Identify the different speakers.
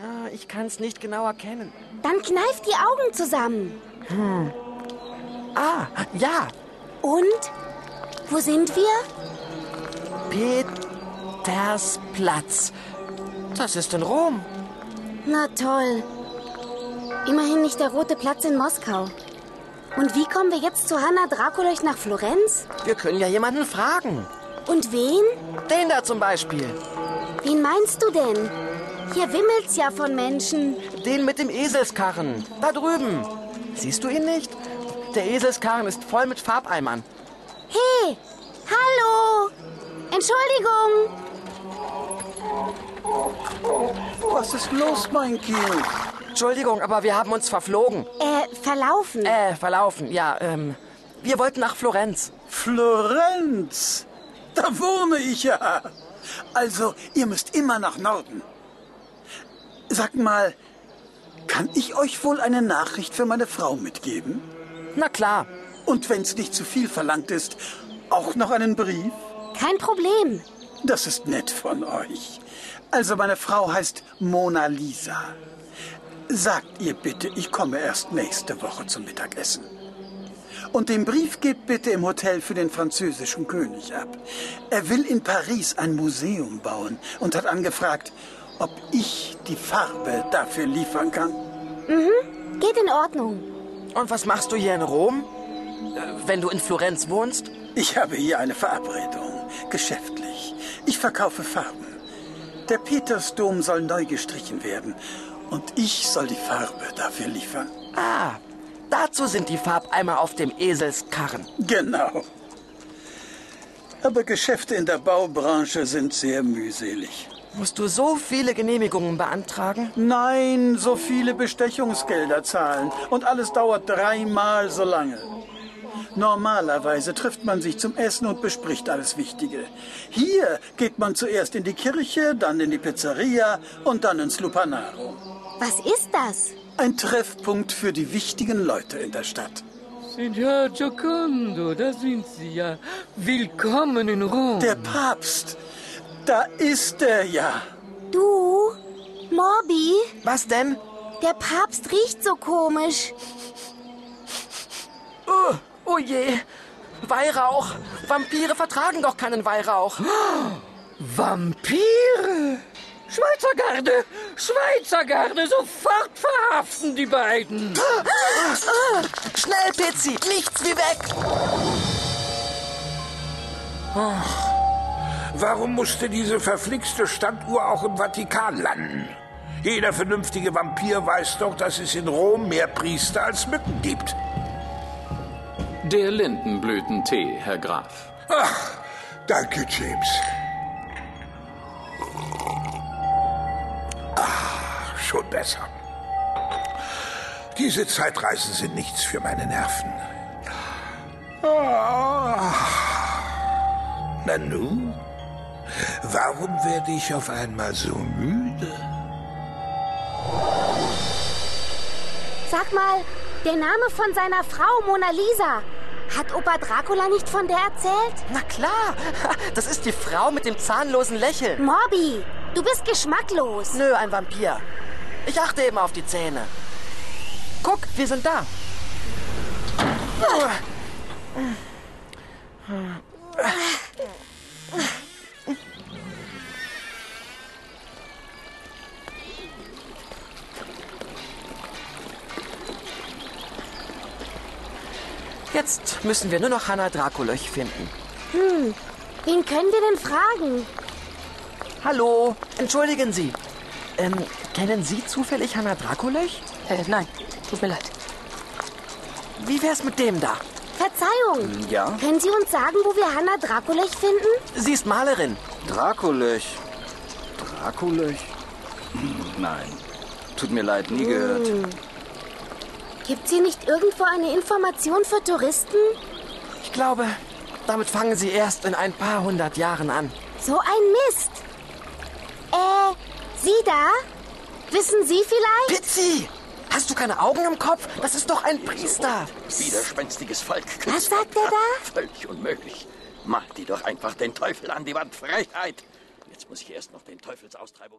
Speaker 1: Ah, ich kann es nicht genau erkennen.
Speaker 2: Dann kneif die Augen zusammen.
Speaker 1: Ah, ja,
Speaker 2: Und? Wo sind wir?
Speaker 1: Petersplatz. Das ist in Rom.
Speaker 2: Na toll. Immerhin nicht der Rote Platz in Moskau. Und wie kommen wir jetzt zu Hanna Draculech nach Florenz?
Speaker 1: Wir können ja jemanden fragen.
Speaker 2: Und wen?
Speaker 1: Den da zum Beispiel.
Speaker 2: Wen meinst du denn? Hier wimmelt's ja von Menschen.
Speaker 1: Den mit dem Eselskarren. Da drüben. Siehst du ihn nicht? Der Eselskarren ist voll mit Farbeimern.
Speaker 2: Hey! Hallo! Entschuldigung!
Speaker 3: Was ist los, mein Kind?
Speaker 1: Entschuldigung, aber wir haben uns verflogen.
Speaker 2: Äh, verlaufen.
Speaker 1: Äh, verlaufen. Ja, ähm, wir wollten nach Florenz.
Speaker 3: Florenz! Da wohne ich ja. Also, ihr müsst immer nach Norden. Sag mal, kann ich euch wohl eine Nachricht für meine Frau mitgeben?
Speaker 1: Na klar.
Speaker 3: Und wenn's nicht zu viel verlangt ist, auch noch einen Brief?
Speaker 2: Kein Problem.
Speaker 3: Das ist nett von euch. Also meine Frau heißt Mona Lisa. Sagt ihr bitte, ich komme erst nächste Woche zum Mittagessen. Und den Brief gebt bitte im Hotel für den französischen König ab. Er will in Paris ein Museum bauen und hat angefragt, ob ich die Farbe dafür liefern kann.
Speaker 2: Geht in Ordnung.
Speaker 1: Und was machst du hier in Rom? Äh, Wenn du in Florenz wohnst?
Speaker 3: Ich habe hier eine Verabredung, geschäftlich. Ich verkaufe Farben. Der Petersdom soll neu gestrichen werden und ich soll die Farbe dafür liefern.
Speaker 1: Ah, dazu sind die Farbeimer auf dem Eselskarren.
Speaker 3: Genau. Aber Geschäfte in der Baubranche sind sehr mühselig.
Speaker 1: Musst du so viele Genehmigungen beantragen?
Speaker 3: Nein, so viele Bestechungsgelder zahlen und alles dauert dreimal so lange. Normalerweise trifft man sich zum Essen und bespricht alles Wichtige. Hier geht man zuerst in die Kirche, dann in die Pizzeria und dann ins Lupanaro.
Speaker 2: Was ist das?
Speaker 3: Ein Treffpunkt für die wichtigen Leute in der Stadt.
Speaker 4: Signor Giocondo, da sind Sie ja. Willkommen in Rom.
Speaker 3: Der Papst, da ist er ja.
Speaker 2: Du? Morbi?
Speaker 1: Was denn?
Speaker 2: Der Papst riecht so komisch.
Speaker 1: Oh, oh je. Weihrauch. Vampire vertragen doch keinen Weihrauch.
Speaker 4: Vampire! Schweizer Garde! Schweizer Garde! Sofort verhaften die beiden!
Speaker 1: Schnell, Pizzi. Nichts wie weg.
Speaker 5: Warum musste diese verflixte Standuhr auch im Vatikan landen? Jeder vernünftige Vampir weiß doch, dass es in Rom mehr Priester als Mücken gibt.
Speaker 6: Der Lindenblütentee, Herr Graf.
Speaker 5: Ach, danke, James. Ah, schon besser. Diese Zeitreisen sind nichts für meine Nerven. Ah. Nanu, warum werde ich auf einmal so müde?
Speaker 2: Sag mal, der Name von seiner Frau Mona Lisa. Hat Opa Dracula nicht von der erzählt?
Speaker 1: Na klar. Das ist die Frau mit dem zahnlosen Lächeln.
Speaker 2: Morbi, du bist geschmacklos.
Speaker 1: Nö, ein Vampir. Ich achte eben auf die Zähne. Guck, wir sind da. Jetzt müssen wir nur noch Hanna Draculöch finden.
Speaker 2: Wen können wir denn fragen?
Speaker 1: Hallo, entschuldigen Sie. Ähm, kennen Sie zufällig Hanna Draculöch?
Speaker 7: Äh, nein, tut mir leid.
Speaker 1: Wie wär's mit dem da?
Speaker 2: Verzeihung.
Speaker 8: Ja?
Speaker 2: Können Sie uns sagen, wo wir Hanna Draculech finden?
Speaker 1: Sie ist Malerin.
Speaker 8: Draculech. Draculech? Hm, Nein. Tut mir leid, nie gehört.
Speaker 2: Gibt sie nicht irgendwo eine Information für Touristen?
Speaker 1: Ich glaube, damit fangen Sie erst in ein paar hundert Jahren an.
Speaker 2: So ein Mist. Äh, Sie da? Wissen Sie vielleicht?
Speaker 1: Pizzi! Hast du keine Augen im Kopf? Das ist doch ein Priester.
Speaker 8: Widerspenstiges Volk.
Speaker 2: Was sagt er da?
Speaker 8: Völlig unmöglich. Mach die doch einfach den Teufel an die Wand. Frechheit. Jetzt muss ich erst noch den Teufelsaustreibungs...